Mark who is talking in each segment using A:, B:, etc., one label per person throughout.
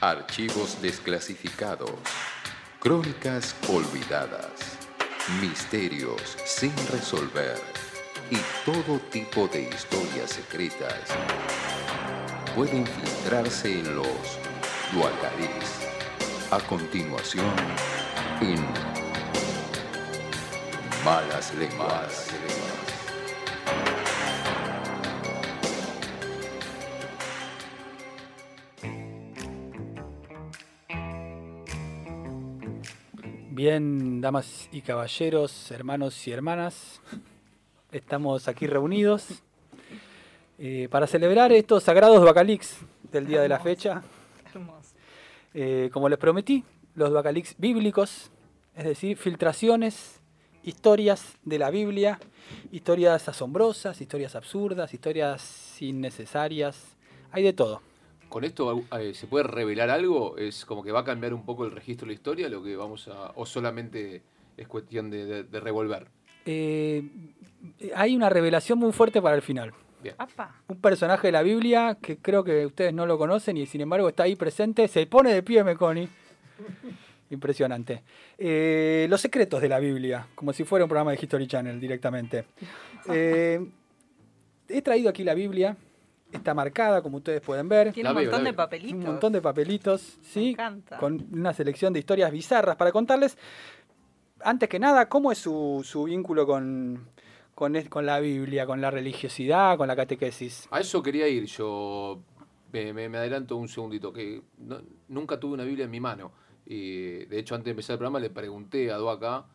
A: Archivos desclasificados. Crónicas olvidadas. Misterios sin resolver. Y todo tipo de historias secretas pueden filtrarse en los Duacarís. A continuación, en Malas Lemas.
B: Bien, damas y caballeros, hermanos y hermanas, estamos aquí reunidos eh, para celebrar estos sagrados Bacalix del día de la fecha.
C: Hermoso.
B: Eh, como les prometí, los Bacalix bíblicos, es decir, filtraciones, historias de la Biblia, historias asombrosas, historias absurdas, historias innecesarias, hay de todo.
D: ¿Con esto eh, se puede revelar algo? ¿Es como que va a cambiar un poco el registro de la historia lo que vamos a. o solamente es cuestión de, de- de revolver?
B: Eh, hay una revelación muy fuerte para el final.
C: Apa.
B: un personaje de la Biblia que creo que ustedes no lo conocen y sin embargo está ahí presente. Se pone de pie, Meconi. Impresionante. Eh, los secretos de la Biblia, como si fuera un programa de History Channel directamente. Eh, he traído aquí la Biblia. Está marcada, como ustedes pueden ver.
C: Tiene
D: La
C: un
D: veo,
C: montón de
D: la veo.
C: papelitos.
B: Un montón de papelitos,
C: Me
B: ¿sí?
C: encanta.
B: Con una selección de historias bizarras para contarles. Antes que nada, ¿cómo es su, su vínculo con, con, es- con la Biblia, con la religiosidad, con la catequesis?
D: A eso quería ir. Yo me, me- me adelanto un segundito, que no- nunca tuve una Biblia en mi mano. Y de hecho, antes de empezar el programa le pregunté a Doaka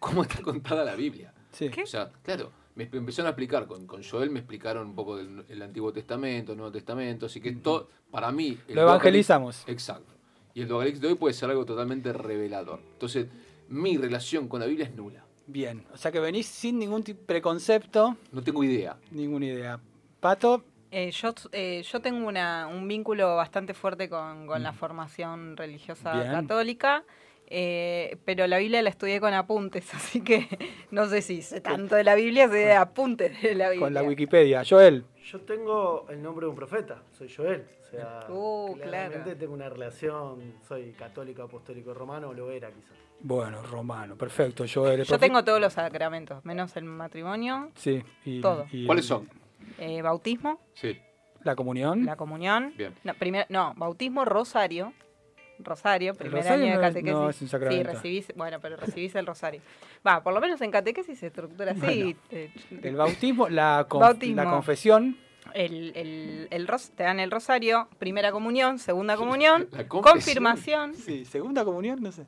D: cómo está contada la Biblia.
B: Sí.
C: ¿Qué?
D: O sea, claro, me me empezaron a explicar, con, con Joel me explicaron un poco del el Antiguo Testamento, el Nuevo Testamento, así que todo, para mí... el
B: Lo evangelizamos.
D: Apocalipsis- Exacto. Y el Apocalipsis de hoy puede ser algo totalmente revelador. Entonces, mi relación con la Biblia es nula.
B: Bien, o sea que venís sin ningún ti- preconcepto,
D: No tengo idea.
B: ninguna idea. Pato,
C: Eh, yo, eh, yo tengo una, un vínculo bastante fuerte con, con la formación religiosa
B: Mm. Bien.
C: católica, eh, pero la Biblia la estudié con apuntes, así que no sé si sé tanto de la Biblia, sé de apuntes de la Biblia.
B: con la Wikipedia. Joel,
E: Yo tengo el nombre de un profeta, soy Joel. O sea,
C: Uh,
E: claramente
C: claro.
E: tengo una relación, soy católico, apostólico romano, o lo era quizás.
B: bueno, romano, perfecto. Joel, el
C: Yo
B: profe-
C: tengo todos los sacramentos, menos el matrimonio,
B: Sí, y,
C: Todo.
B: y-
D: ¿Cuáles son?
C: eh, bautismo,
D: Sí,
B: La comunión.
C: la comunión.
D: Bien.
C: No, primer- no, bautismo, rosario. Rosario, primer
B: rosario
C: año de
B: no es-
C: catequesis.
B: no, es un sacramento.
C: Sí, recibís, bueno, pero recibís el rosario. Va, por lo menos en catequesis se estructura así. eh,
B: El bautismo, la, conf-
C: Bautismo.
B: la confesión.
C: el, el- el ros- te dan el rosario, primera comunión, segunda comunión,
D: La confesión.
C: confirmación.
B: Sí, segunda comunión, no sé.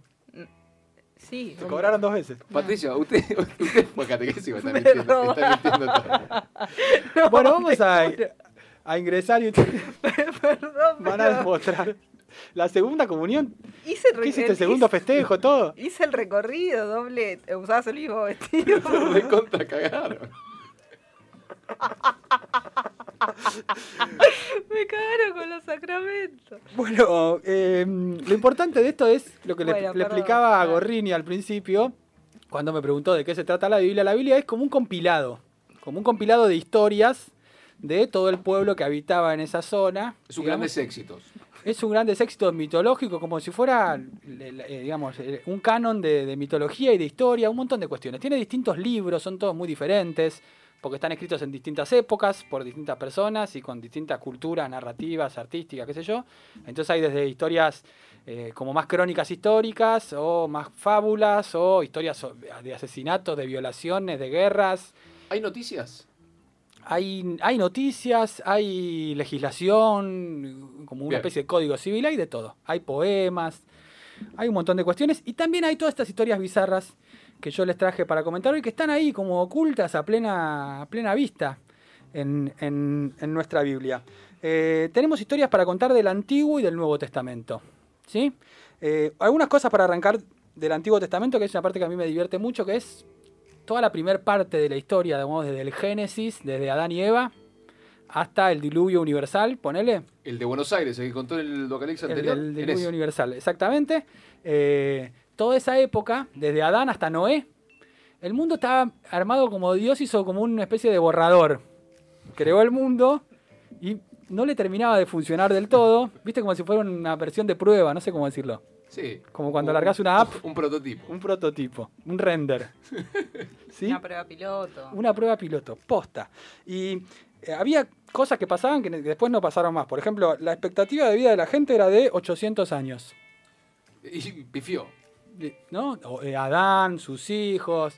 C: Sí,
B: Te cobraron dos veces.
D: Patricia, usted, usted fue catequésima, está
C: Me
D: mintiendo,
C: roba.
D: está mintiendo todo.
C: No,
B: Bueno, vamos a, a ingresar y
C: perdón,
B: van a
C: pero
B: demostrar. La segunda comunión.
C: hice el,
B: ¿Qué hiciste?
C: el-
B: ¿Segundo
C: hice-
B: festejo? ¿Todo?
C: Hice el recorrido doble, eh, usabas el mismo vestido.
D: Me contra cagaron.
C: Me cagaron con los sacramentos.
B: Bueno, eh, lo importante de esto es lo que le-
C: Bueno,
B: le,
C: perdón.
B: explicaba a Gorrini al principio, cuando me preguntó de qué se trata la Biblia. La Biblia es como un compilado, como un compilado de historias de todo el pueblo que habitaba en esa zona.
D: Sus
B: digamos.
D: grandes éxitos.
B: Es un gran éxito mitológico, como si fuera, le- le- eh, digamos, eh, un canon de, de mitología y de historia, un montón de cuestiones. Tiene distintos libros, son todos muy diferentes, porque están escritos en distintas épocas, por distintas personas y con distintas culturas, narrativas, artísticas, qué sé yo. Entonces hay desde historias eh, como más crónicas históricas, o más fábulas, o historias so- de asesinatos, de violaciones, de guerras.
D: ¿Hay noticias?
B: Hay, hay noticias, hay legislación, como una
D: Bien.
B: especie de código civil, hay de todo. Hay poemas, hay un montón de cuestiones. Y también hay todas estas historias bizarras que yo les traje para comentar hoy, que están ahí como ocultas a plena, a plena vista en, en- en nuestra Biblia. Eh, tenemos historias para contar del Antiguo y del Nuevo Testamento. ¿sí? Eh, algunas cosas para arrancar del Antiguo Testamento, que es una parte que a mí me divierte mucho, que es toda la primera parte de la historia, digamos, desde el Génesis, desde Adán y Eva, hasta el diluvio universal, ponele.
D: El de Buenos Aires, el que contó el Localix
B: El,
D: anterior.
B: del
D: en
B: diluvio
D: ese.
B: universal, exactamente. Eh, toda esa época, desde Adán hasta Noé, el mundo estaba armado como Dios hizo como una especie de borrador. Creó el mundo y no le terminaba de funcionar del todo. Viste como si fuera una versión de prueba, no sé cómo decirlo.
D: Sí.
B: Como cuando
D: Un-
B: largás una app.
D: Un prototipo.
B: Un prototipo, un render. ¿Sí?
C: Una prueba piloto.
B: Una prueba piloto, posta. Y eh, había cosas que pasaban que ne- que después no pasaron más. Por ejemplo, la expectativa de vida de la gente era de 800 años.
D: Y pifió.
B: Eh, ¿No? O, eh, Adán, sus hijos,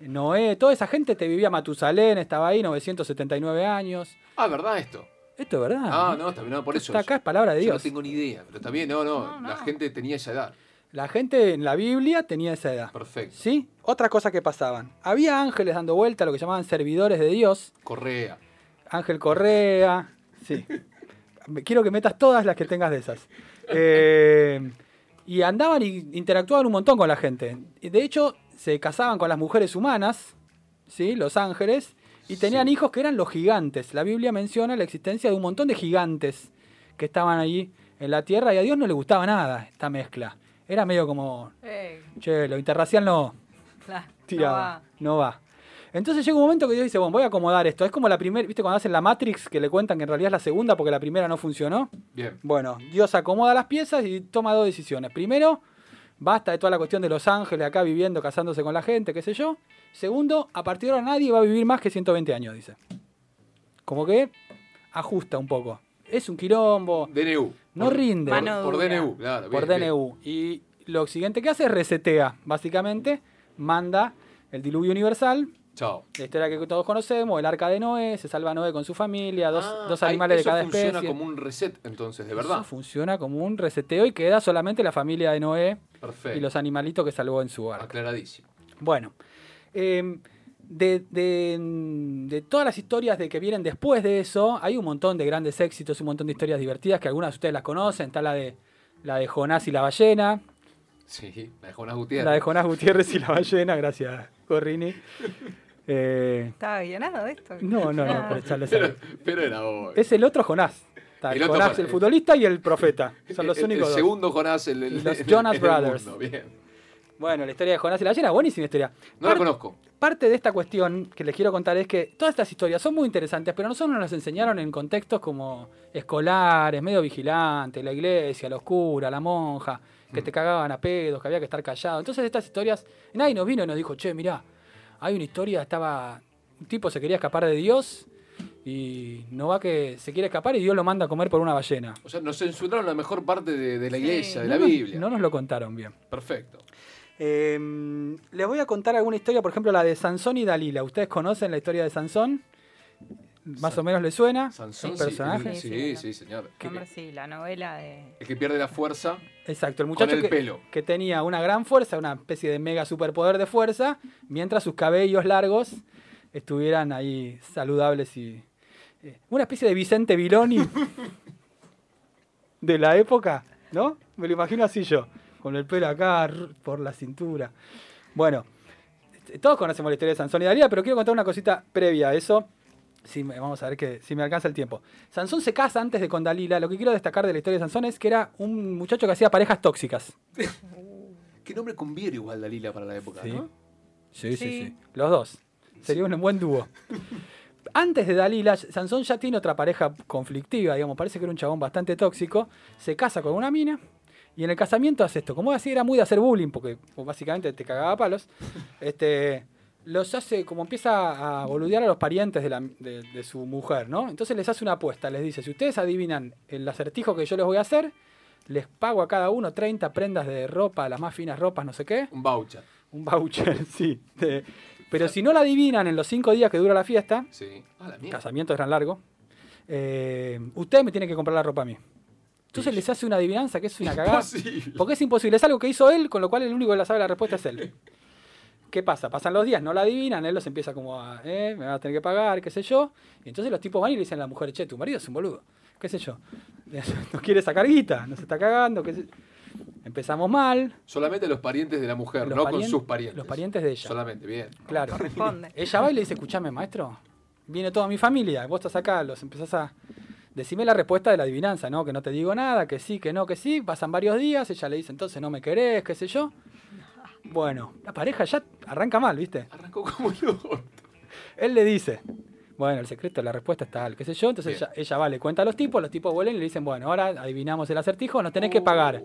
B: Noé, toda esa gente te vivía Matusalén, estaba ahí, 979 años.
D: Ah, ¿verdad esto?
B: Esto es verdad.
D: Ah, no, está bien, no, por eso.
B: Está acá, es palabra de
D: Yo no
B: Dios.
D: tengo ni idea, pero está bien, no, no,
C: No, no.
D: la gente tenía esa edad.
B: La gente en la Biblia tenía esa edad.
D: Perfecto.
B: ¿Sí? Otra cosa que pasaban. Había ángeles dando vuelta, lo que llamaban servidores de Dios.
D: Correa.
B: Ángel Correa. Sí. Me- Quiero que metas todas las que tengas de esas. Eh, y andaban y interactuaban un montón con la gente. Y De hecho, se casaban con las mujeres humanas, ¿sí? Los ángeles. Y tenían
D: Sí.
B: hijos que eran los gigantes. La Biblia menciona la existencia de un montón de gigantes que estaban allí en la tierra y a Dios no le gustaba nada esta mezcla. Era medio como,
C: Ey,
B: che, lo interracial no,
C: claro, Eh, no
B: tirada.
C: va.
B: No va. Entonces llega un momento que Dios dice, bueno, voy a acomodar esto. Es como la primera, viste, cuando hacen la Matrix, que le cuentan que en realidad es la segunda porque la primera no funcionó.
D: Bien.
B: Bueno, Dios acomoda las piezas y toma dos decisiones. Primero, basta de toda la cuestión de los ángeles acá viviendo, casándose con la gente, qué sé yo. Segundo, a partir de ahora nadie va a vivir más que 120 años, dice. Como que ajusta un poco. Es un quilombo,
D: DNU.
B: No
D: Por-
B: rinde.
D: Por,
C: Mano
D: por
C: dura.
D: DNU, claro.
B: por
D: bien,
B: DNU. Y lo siguiente que hace es resetea. Básicamente, manda el diluvio universal,
D: bien. Chao.
B: la historia que todos conocemos, el arca de Noé, se salva Noé con su familia, dos,
D: Ah,
B: dos
D: ahí-
B: animales de
D: eso
B: cada
D: funciona
B: especie.
D: como un reset, entonces, de
B: Eso
D: verdad.
B: funciona como un reseteo y queda solamente la familia de Noé
D: Perfecto.
B: y los animalitos que salvó en su arca.
D: Aclaradísimo.
B: Bueno, eh, de, de- de todas las historias de que vienen después de eso, hay un montón de grandes éxitos, un montón de historias divertidas que algunas de ustedes las conocen. Está la de, la de Jonás y la ballena,
D: Sí, la de Jonás Gutiérrez.
B: la de Jonás Gutiérrez y la ballena, gracias, Corrini. Eh,
C: ¿Estaba guionado esto?
B: no, no, no,
C: Ah.
B: pero echarle sal.
D: Pero, pero era hoy.
B: Es el otro Jonás. Está el,
D: El otro
B: Jonás,
D: Jonás.
B: el futbolista y el profeta. Son
D: El-
B: los
D: el,
B: únicos
D: El
B: dos.
D: segundo Jonás. El,
B: Y
D: el,
B: los
D: en el-
B: Jonas
D: en el
B: Brothers.
D: mundo, bien.
B: Bueno, la historia de Jonás y la ballena, buenísima historia.
D: No la
B: Par-
D: conozco.
B: Parte de esta cuestión que les quiero contar es que todas estas historias son muy interesantes, pero nosotros nos las enseñaron en contextos como escolares, medio vigilantes, la iglesia, los curas, la monja,
D: Mm.
B: que te cagaban a pedos, que había que estar callado. Entonces estas historias, nadie nos vino y nos dijo, che, mirá, hay una historia, estaba, un tipo se quería escapar de Dios y no va que se quiere escapar y Dios lo manda a comer por una ballena.
D: O sea, nos censuraron la mejor parte de, de la
C: Sí.
D: iglesia, de
B: no
D: la
B: nos-
D: Biblia.
B: no nos lo contaron bien.
D: Perfecto.
B: Eh, les voy a contar alguna historia, por ejemplo, la de Sansón y Dalila. ¿Ustedes conocen la historia de Sansón? Más
D: San-
B: o menos les suena.
D: Sansón.
B: el
D: sí,
B: personaje.
D: Sí,
C: Sí,
D: sí,
C: sí,
D: señor.
C: Hombre, sí, la novela de...
D: El que pierde la fuerza.
B: Exacto, el muchacho
D: el
B: que,
D: pelo.
B: que tenía una gran fuerza, una especie de mega superpoder de fuerza, mientras sus cabellos largos estuvieran ahí saludables y. eh, una especie de Vicente Viloni de la época, ¿no? Me lo imagino así yo, con el pelo acá rr, por la cintura. Bueno, este, todos conocemos la historia de Sansón y Dalila, pero quiero contar una cosita previa a eso. Si me- vamos a ver que, si me alcanza el tiempo. Sansón se casa antes de con Dalila. Lo que quiero destacar de la historia de Sansón es que era un muchacho que hacía parejas tóxicas.
D: ¿Qué nombre conviene igual Dalila para la época?
B: Sí.
D: ¿no?
B: Sí,
C: sí, sí.
B: Los dos. Sería un buen dúo. Antes de Dalila, Sansón ya tiene otra pareja conflictiva, digamos. Parece que era un chabón bastante tóxico. Se casa con una mina. Y en el casamiento hace esto. Como así era muy de hacer bullying, porque pues, básicamente te cagaba a palos. Este, los hace, como empieza a boludear a los parientes de, la- de- de su mujer, ¿no? Entonces les hace una apuesta. Les dice: si ustedes adivinan el acertijo que yo les voy a hacer, les pago a cada uno 30 prendas de ropa, las más finas ropas, no sé qué.
D: Un voucher.
B: Un voucher, sí. De- pero si no la adivinan en los cinco días que dura la fiesta,
D: Sí. Ah, la mierda.
B: casamiento es tan largo, eh, ustedes me tienen que comprar la ropa a mí. Entonces les hace una adivinanza que es una cagada.
D: Imposible.
B: Porque es imposible, es algo que hizo él, con lo cual el único que la sabe la respuesta es él. ¿Qué pasa? Pasan los días, no la adivinan, él los empieza como a, eh, me vas a tener que pagar, qué sé yo. Y entonces los tipos van y le dicen a la mujer, che, tu marido es un boludo, qué sé yo. Nos quiere sacar guita, nos está cagando, qué sé- Empezamos mal.
D: Solamente los parientes de la mujer,
B: Los
D: no
B: parien-
D: con sus parientes.
B: los parientes de ella.
D: Solamente, bien.
B: Claro.
C: Corresponde.
B: Ella va y le dice, escuchame, maestro, viene toda mi familia, vos estás acá, los empezás a... Decime la respuesta de la adivinanza, ¿no? Que no te digo nada, que sí, que no, que sí. Pasan varios días, ella le dice, entonces no me querés, qué sé yo. Bueno, la pareja ya arranca mal, ¿viste?
D: Arrancó como el orto.
B: Él le dice, bueno, el secreto, la respuesta está tal, qué sé yo. Entonces
D: Bien.
B: ella, ella va, le cuenta a los tipos, los tipos vuelven y le dicen, bueno, ahora adivinamos el acertijo, nos
D: Uh.
B: tenés que pagar.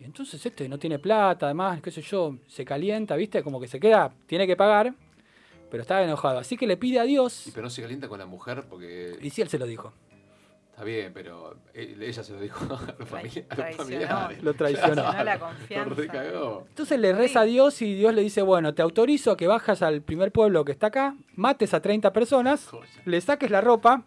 B: Y entonces este no tiene plata, además, qué sé yo, se calienta, ¿viste? Como que se queda, tiene que pagar, pero está enojado. Así que le pide a
D: Y
B: Dios.
D: pero no se calienta con la mujer porque
B: Y sí, él se lo dijo.
D: está bien, pero él- ella se lo dijo a los, famili- a los
C: Traicionó.
D: familiares.
B: Lo traicionó.
C: Traicionó la
D: Lo
C: confianza.
D: recagó.
B: Entonces le reza a Dios y Dios le dice, bueno, te autorizo a que bajas al primer pueblo que está acá, mates a 30 personas, le saques la ropa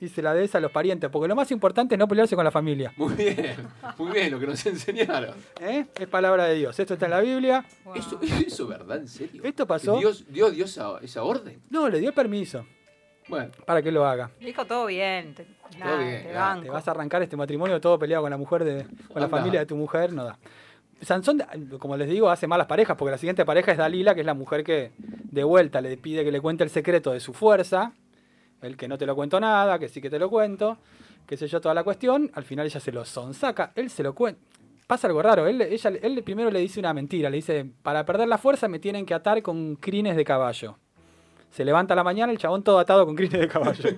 B: y se la des a los parientes, porque lo más importante es no pelearse con la familia.
D: Muy bien, muy bien, lo que nos enseñaron.
B: ¿eh? Es palabra de Dios. Esto está en la Biblia.
C: Wow.
D: Eso, eso, ¿verdad? ¿En serio?
B: ¿Esto pasó?
D: Dios dio, dio esa, esa orden.
B: No, le dio permiso
D: Bueno,
B: para que lo haga.
C: Le Dijo todo bien, te, nada,
D: bien,
C: te
D: nada,
C: banco.
B: Te vas a arrancar este matrimonio todo peleado con la mujer de, con la
D: Anda.
B: familia de tu mujer, no da. Sansón, como les digo, hace malas parejas, porque la siguiente pareja es Dalila, que es la mujer que de vuelta le pide que le cuente el secreto de su fuerza, el que no te lo cuento nada, que sí que te lo cuento, qué sé yo, toda la cuestión. Al final ella se lo sonsaca, él se lo cuenta. Pasa algo raro, él, ella, él primero le dice una mentira, le dice, para perder la fuerza me tienen que atar con crines de caballo. Se levanta a la mañana el chabón todo atado con crines de caballo.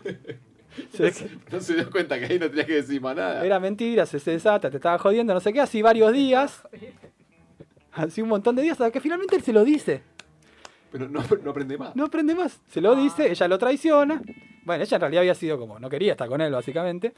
B: Se ve que-
D: no se dio cuenta que ahí no tenías que decir más nada.
B: era mentira, se, se desata, te estaba jodiendo, no sé qué, así varios días. Así un montón de días, hasta que finalmente él se lo dice.
D: Pero no, no aprende más.
B: No aprende más. Se lo
C: Ah.
B: dice, ella lo traiciona. Bueno, ella en realidad había sido como, no quería estar con él, básicamente.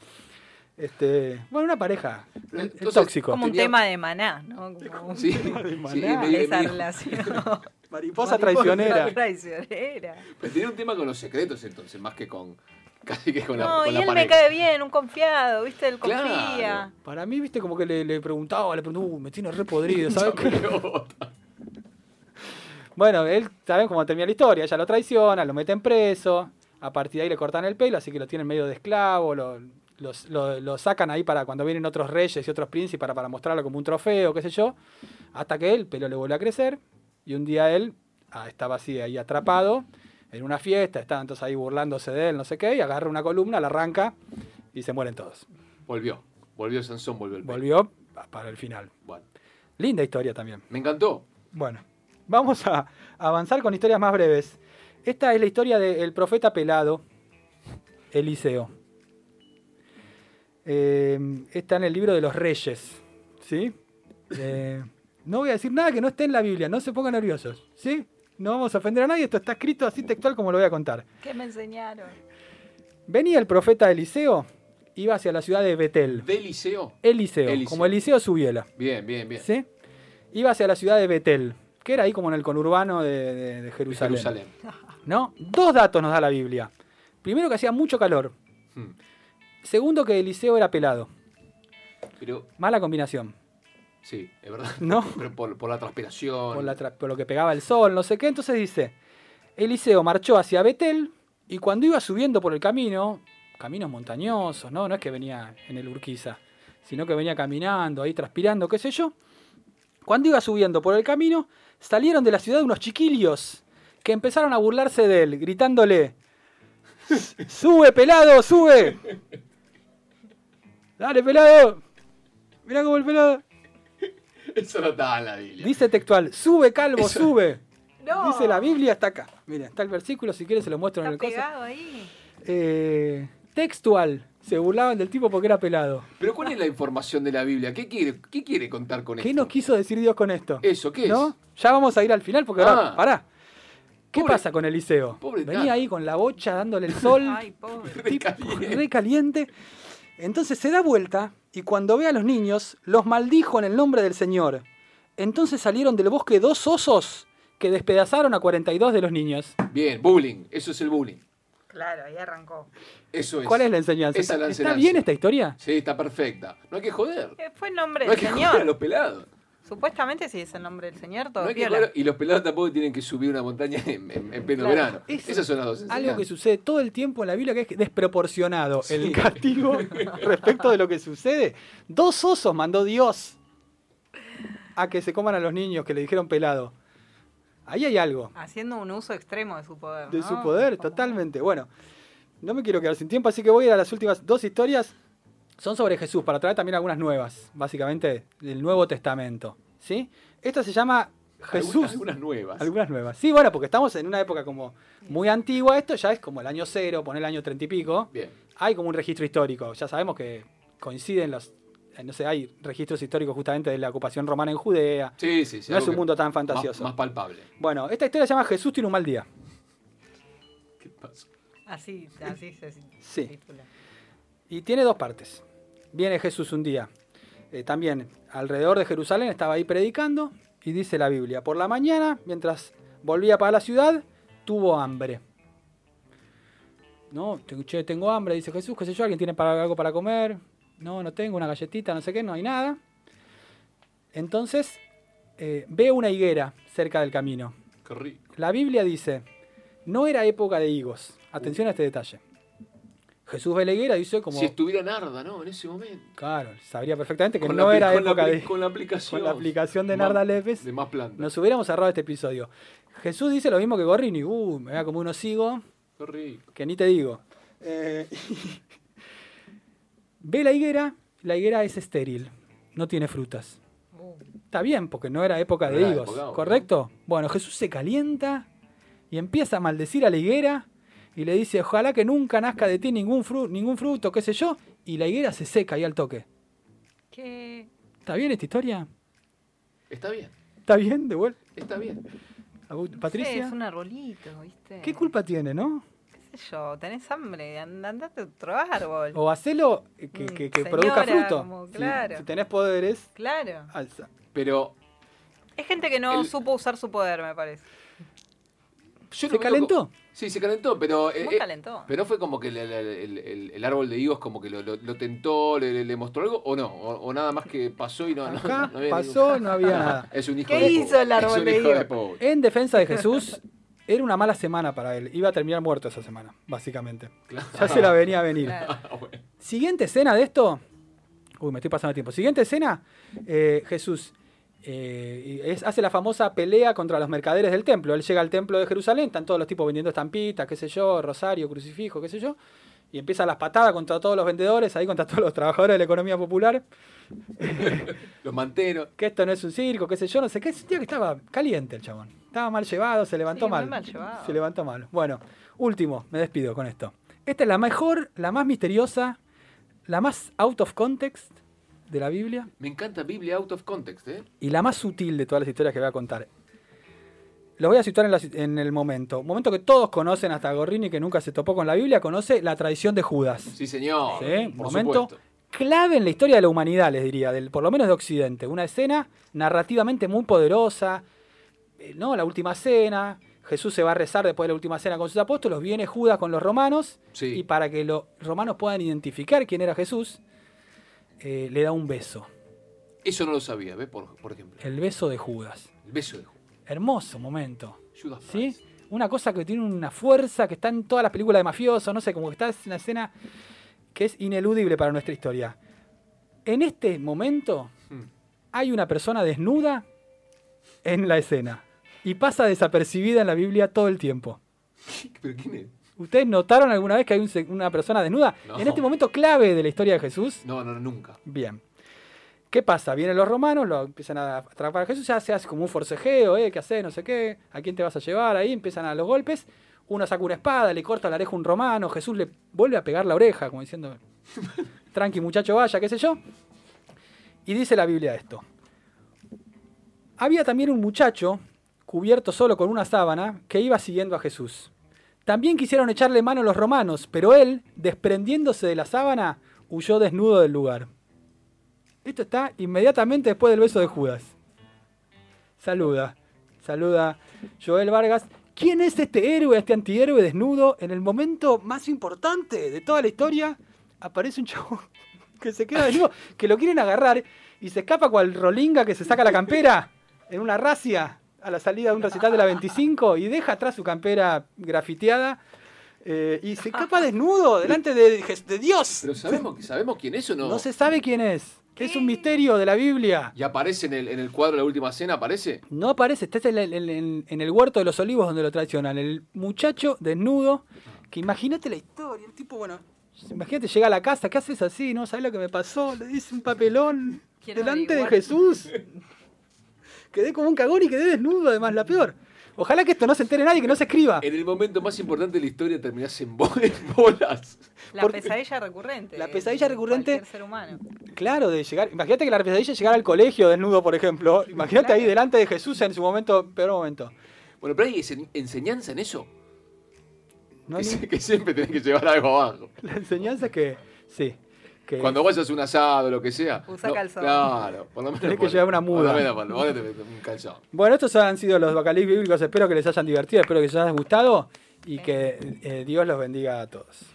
B: Este, bueno, una pareja.
D: Pero
B: El- el
D: entonces,
B: tóxico.
C: Como un
D: Tenía-
C: tema de maná, ¿no? Como
D: Sí, sí,
B: maná.
D: me- me-
C: esa
D: me-
C: relación.
B: Mariposa traicionera.
C: traicionera.
D: Pero tenía un tema con los secretos entonces, más que con casi que con la,
C: No,
D: con
C: y
D: la
C: él me
D: pareja.
C: cae bien, un confiado, ¿viste? Él
D: Claro.
C: confía.
B: Para mí, viste, como que le, le preguntaba, le preguntaba, "Uh, me tiene re podrido, ¿sabes? qué? Bueno, él, ¿saben cómo termina la historia? Ella lo traiciona, lo meten preso, a partir de ahí le cortan el pelo, así que lo tienen medio de esclavo, lo, los- lo- lo sacan ahí para cuando vienen otros reyes y otros príncipes para, para mostrarlo como un trofeo, qué sé yo, hasta que el pelo le vuelve a crecer y un día él ah, estaba así ahí atrapado en una fiesta, estaban todos ahí burlándose de él, no sé qué, y agarra una columna, la arranca y se mueren todos.
D: Volvió, volvió Sansón, volvió el pelo.
B: Volvió para el final.
D: Bueno,
B: Linda historia también.
D: me encantó.
B: Bueno, vamos a avanzar con historias más breves. Esta es la historia del profeta pelado, Eliseo. Eh, está en el libro de los reyes, ¿sí? Eh, no voy a decir nada que no esté en la Biblia, no se pongan nerviosos, ¿sí? No vamos a ofender a nadie, esto está escrito así textual como lo voy a contar.
C: ¿Qué me enseñaron?
B: Venía el profeta Eliseo, iba hacia la ciudad de Betel.
D: ¿De liceo?
B: Eliseo,
D: Eliseo.
B: como Eliseo Subiela.
D: Bien, bien, bien.
B: ¿sí? Iba hacia la ciudad de Betel, que era ahí como en el conurbano de, de- de
D: De
B: Jerusalén.
D: Jerusalén.
B: ¿no? Dos datos nos da la Biblia. Primero que hacía mucho calor.
D: Hmm.
B: Segundo que Eliseo era pelado.
D: Pero,
B: Mala combinación,
D: sí, es verdad.
B: ¿no?
D: Pero por, por la transpiración.
B: Por, la tra- por lo que pegaba el sol, no sé qué. Entonces dice, Eliseo marchó hacia Betel y cuando iba subiendo por el camino, caminos montañosos, ¿no? No es que venía en el Urquiza, sino que venía caminando, ahí transpirando, qué sé yo. Cuando iba subiendo por el camino, salieron de la ciudad unos chiquillos que empezaron a burlarse de él, gritándole, ¡Sube, pelado, sube! ¡Dale, pelado! Mirá cómo el pelado...
D: Eso no estaba en la Biblia.
B: Dice textual, sube calvo, sube.
C: No.
B: Dice la Biblia hasta acá. Mira, está el versículo, si quieres se lo muestro en
C: Está
B: el coso.
C: pegado ahí.
B: Eh, textual. Se burlaban del tipo porque era pelado.
D: Pero ¿cuál es la información de la Biblia? ¿Qué quiere, qué quiere contar con
B: ¿Qué
D: esto?
B: nos quiso decir Dios con esto?
D: Eso, ¿qué es?
B: ¿No? Ya vamos a ir al final porque ahora,
D: Ah.
B: pará. ¿Qué
D: Pobre-
B: pasa con Eliseo?
D: pobre
B: Venía
D: Tato.
B: ahí con la bocha dándole el sol,
C: Ay, pobre.
B: tipo
D: Recaliente.
B: re caliente. Entonces se da vuelta y cuando ve a los niños, los maldijo en el nombre del Señor. Entonces salieron del bosque dos osos que despedazaron a 42 de los niños.
D: Bien, bullying. Eso es el bullying.
C: Claclaro, ahí arrancó.
D: Eso es.
B: ¿Cuál es la enseñanza?
D: Pues, Esa es la
B: ¿Está- ¿Está
D: enseñanza.
B: bien esta historia?
D: Sí, está perfecta. No hay que joder.
C: Eh, Fue el nombre
D: No hay
C: del
D: que joder a
C: señor.
D: los pelados.
C: Supuestamente si es el nombre del señor, todo
D: No hay que
C: piola.
D: joder- Y los pelados tampoco tienen que subir una montaña en, en- en pleno
C: Claro.
D: verano.
B: Eso-
D: Esas son las dos
B: Algo que
D: enseñanzas.
B: sucede todo el tiempo en la Biblia que es desproporcionado.
D: Sí.
B: El castigo respecto de lo que sucede. Dos osos mandó Dios a que se coman a los niños que le dijeron pelado. Ahí hay algo
C: Haciendo un uso extremo de su poder.
B: de
C: ¿no?
B: su poder,
C: Como-
B: totalmente. Bueno, no me quiero quedar sin tiempo, así que voy a ir a las últimas dos historias. Son sobre Jesús, para traer también algunas nuevas, básicamente del Nuevo Testamento. ¿sí? Esta se llama Jesús.
D: Algunas, algunas nuevas.
B: Algunas nuevas. Sí, bueno, porque estamos en una época como muy antigua. Esto ya es como el año cero, poner el año treinta y pico.
D: Bien.
B: Hay como un registro histórico. Ya sabemos que coinciden los. eh, No sé, hay registros históricos justamente de la ocupación romana en Judea.
D: Sí, sí, sí.
B: No es
D: algo
B: un
D: que-
B: mundo tan
D: más-
B: fantasioso.
D: Más, palpable.
B: Bueno, esta historia se llama Jesús tiene un mal día.
D: ¿Qué pasa?
C: Así, así se
B: Sí.
C: titula.
B: Y tiene dos partes. Viene Jesús un día. eh, también alrededor de Jerusalén estaba ahí predicando y dice la Biblia, por la mañana, mientras volvía para la ciudad, tuvo hambre. No, te- che, tengo hambre, dice Jesús, qué sé yo, alguien tiene para, algo para comer. No, no tengo, una galletita, no sé qué, no hay nada. Entonces, eh, ve una higuera cerca del camino.
D: Qué rico.
B: La Biblia dice, no era época de higos. Atención a este detalle. Jesús ve la higuera y dice como...
D: Si estuviera Narda, ¿no? En ese momento.
B: Claro, sabría perfectamente que
D: Con
B: no
D: la apli-
B: era
D: con la
B: época
D: apli-
B: de...
D: Con la aplicación.
B: con la aplicación de
D: Más-
B: Narda Lefes.
D: De más plantas.
B: Nos hubiéramos cerrado este episodio. Jesús dice lo mismo que Gorrini. Uh, me voy a comer unos higos
D: Qué rico.
B: que ni te digo. Eh, Ve la higuera. La higuera es estéril. No tiene frutas.
C: Uh,
B: Está bien, porque no era época
D: No
B: de
D: era
B: higos,
D: Ah, época, obvio.
B: ¿correcto? Bueno, Jesús se calienta y empieza a maldecir a la higuera y le dice, ojalá que nunca nazca de ti ningún, fru- ningún fruto, qué sé yo, y la higuera se seca ahí al toque.
C: ¿Qué?
B: ¿Está bien esta historia?
D: Está bien.
B: ¿Está bien, de vuelta?
D: Está bien.
B: Agust-
C: Sí,
B: Patricia,
C: es un arbolito, ¿viste?
B: ¿qué culpa tiene, no?
C: ¿Qué sé yo? Tenés hambre, and- andate a otro árbol.
B: O hacelo que, que-
C: Mm,
B: que
C: señora,
B: produzca fruto.
C: como,
B: Si-
C: claro.
B: Si, tenés poderes,
C: Claro.
B: alza.
D: Pero
C: Es gente que no
D: El-
C: supo usar su poder, me parece.
B: ¿Se
D: Yo lo veo
B: calentó?
D: co- Sí, se calentó, pero. eh,
C: Muy
D: eh,
C: calentó.
D: Pero fue como que el, el- el- el- el árbol de higos como que lo, lo- lo tentó, le, le- le mostró algo, o no, o, o nada más que pasó y no. no-
B: Acá
D: no había
B: pasó,
D: ningún-
B: no había nada.
D: Es un hijo
C: ¿Qué
D: de
C: hizo
D: puta.
C: el árbol
D: Es un
C: de
D: hijo
C: higos?
D: puta.
B: En defensa de Jesús, era una mala semana para él. Iba a terminar muerto esa semana, básicamente.
D: Claro.
B: Ya se la venía a venir.
C: Claro.
D: Ah, bueno.
B: Siguiente escena de esto. Uy, me estoy pasando el tiempo. Siguiente escena, eh, Jesús eh, y es- hace la famosa pelea contra los mercaderes del templo. Él llega al templo de Jerusalén, están todos los tipos vendiendo estampitas, qué sé yo, rosario, crucifijo, qué sé yo. Y empieza las patadas contra todos los vendedores, ahí contra todos los trabajadores de la economía popular.
D: Los manteros.
B: Que esto no es un circo, qué sé yo, no sé qué. Es un tío que estaba caliente el chabón. Estaba mal llevado, se levantó
C: Sí, muy
B: mal.
C: mal llevado.
B: Se levantó mal. Bueno, último, me despido con esto. Esta es la mejor, la más misteriosa, la más out of context de la Biblia
D: Me encanta Biblia out of context, ¿eh?
B: y la más sutil de todas las historias que voy a contar. Los voy a situar en, la si- en el momento. Momento que todos conocen, hasta Gorrini, que nunca se topó con la Biblia, conoce la traición de Judas.
D: Sí, señor.
B: Sí,
D: Ah, por
B: momento
D: supuesto.
B: clave en la historia de la humanidad, les diría, del, por lo menos de Occidente. Una escena narrativamente muy poderosa, eh, ¿no? La última cena, Jesús se va a rezar después de la última cena con sus apóstolos, viene Judas con los romanos,
D: Sí.
B: y para que los romanos puedan identificar quién era Jesús, eh, le da un beso,
D: Eso no lo sabía, ¿ves? Por, por ejemplo.
B: el beso de Judas.
D: El beso de
B: Hermoso momento,
D: Judas
B: ¿sí?
D: Price.
B: Una cosa que tiene una fuerza que está en todas las películas de mafiosos, no sé, como que está es una escena que es ineludible para nuestra historia. En este momento,
D: Hmm.
B: hay una persona desnuda en la escena y pasa desapercibida en la Biblia todo el tiempo.
D: ¿Pero quién es?
B: ¿Ustedes notaron alguna vez que hay un se- una persona desnuda?
D: No.
B: En este momento clave de la historia de Jesús.
D: No, no, no, nunca.
B: Bien. ¿Qué pasa? Vienen los romanos, lo empiezan a atrapar a Jesús, ya se hace como un forcejeo, ¿eh? ¿Qué haces? No sé qué, ¿a quién te vas a llevar? Ahí empiezan a los golpes. Uno saca una espada, le corta la oreja a un romano, Jesús le vuelve a pegar la oreja, como diciendo, tranqui muchacho, vaya, qué sé yo. Y dice la Biblia esto. Había también un muchacho, cubierto solo con una sábana, que iba siguiendo a Jesús. También quisieron echarle mano los romanos, pero él, desprendiéndose de la sábana, huyó desnudo del lugar. Esto está inmediatamente después del beso de Judas. Saluda, saluda Joel Vargas. ¿Quién es este héroe, este antihéroe desnudo? En el momento más importante de toda la historia, aparece un chabón que se queda desnudo, que lo quieren agarrar y se escapa cual rolinga que se saca la campera en una racia a la salida de un recital de la 25 y deja atrás su campera grafiteada eh, y se escapa desnudo delante de, de Dios.
D: Pero sabemos, que- sabemos quién es o no.
B: No se sabe quién es. Es un misterio de la Biblia.
D: Y aparece en el, en el cuadro de la última cena, aparece.
B: No aparece, está en el, en- en- en el huerto de los olivos donde lo traicionan. El muchacho desnudo, que imagínate la historia, el tipo, bueno, imagínate, llega a la casa, ¿qué haces así? ¿No sabes lo que me pasó? Le dice un papelón
C: Quiero
B: delante de
C: averiguar.
B: Jesús. Quedé como un cagón y quedé desnudo, además, la peor. Ojalá que esto no se entere nadie, que no se escriba.
D: En el momento más importante de la historia terminás en, bo- en bolas.
C: La
B: Porque-
C: pesadilla recurrente.
B: La
C: de
B: pesadilla recurrente-
C: cualquier ser humano.
B: Claro, de llegar. Imagínate que la pesadilla llegara al colegio desnudo, por ejemplo. Imagínate
C: claro.
B: ahí delante de Jesús en su momento, peor momento.
D: Bueno, pero hay ense- enseñanza en eso.
B: No
D: que,
B: hay
D: se- que siempre tenés que llevar algo abajo.
B: ni- La enseñanza es que. Sí. Que
D: Cuando vayas a un asado, lo que sea.
C: Usa calzón.
D: Claro, por lo menos.
B: Tenés que
D: ponle.
B: llevar una muda.
D: Por lo menos, ponle, ponle, ponle un calzón.
B: Bueno, estos han sido los bacalís bíblicos. Espero que les hayan divertido, espero que les haya gustado y que eh, Dios los bendiga a todos.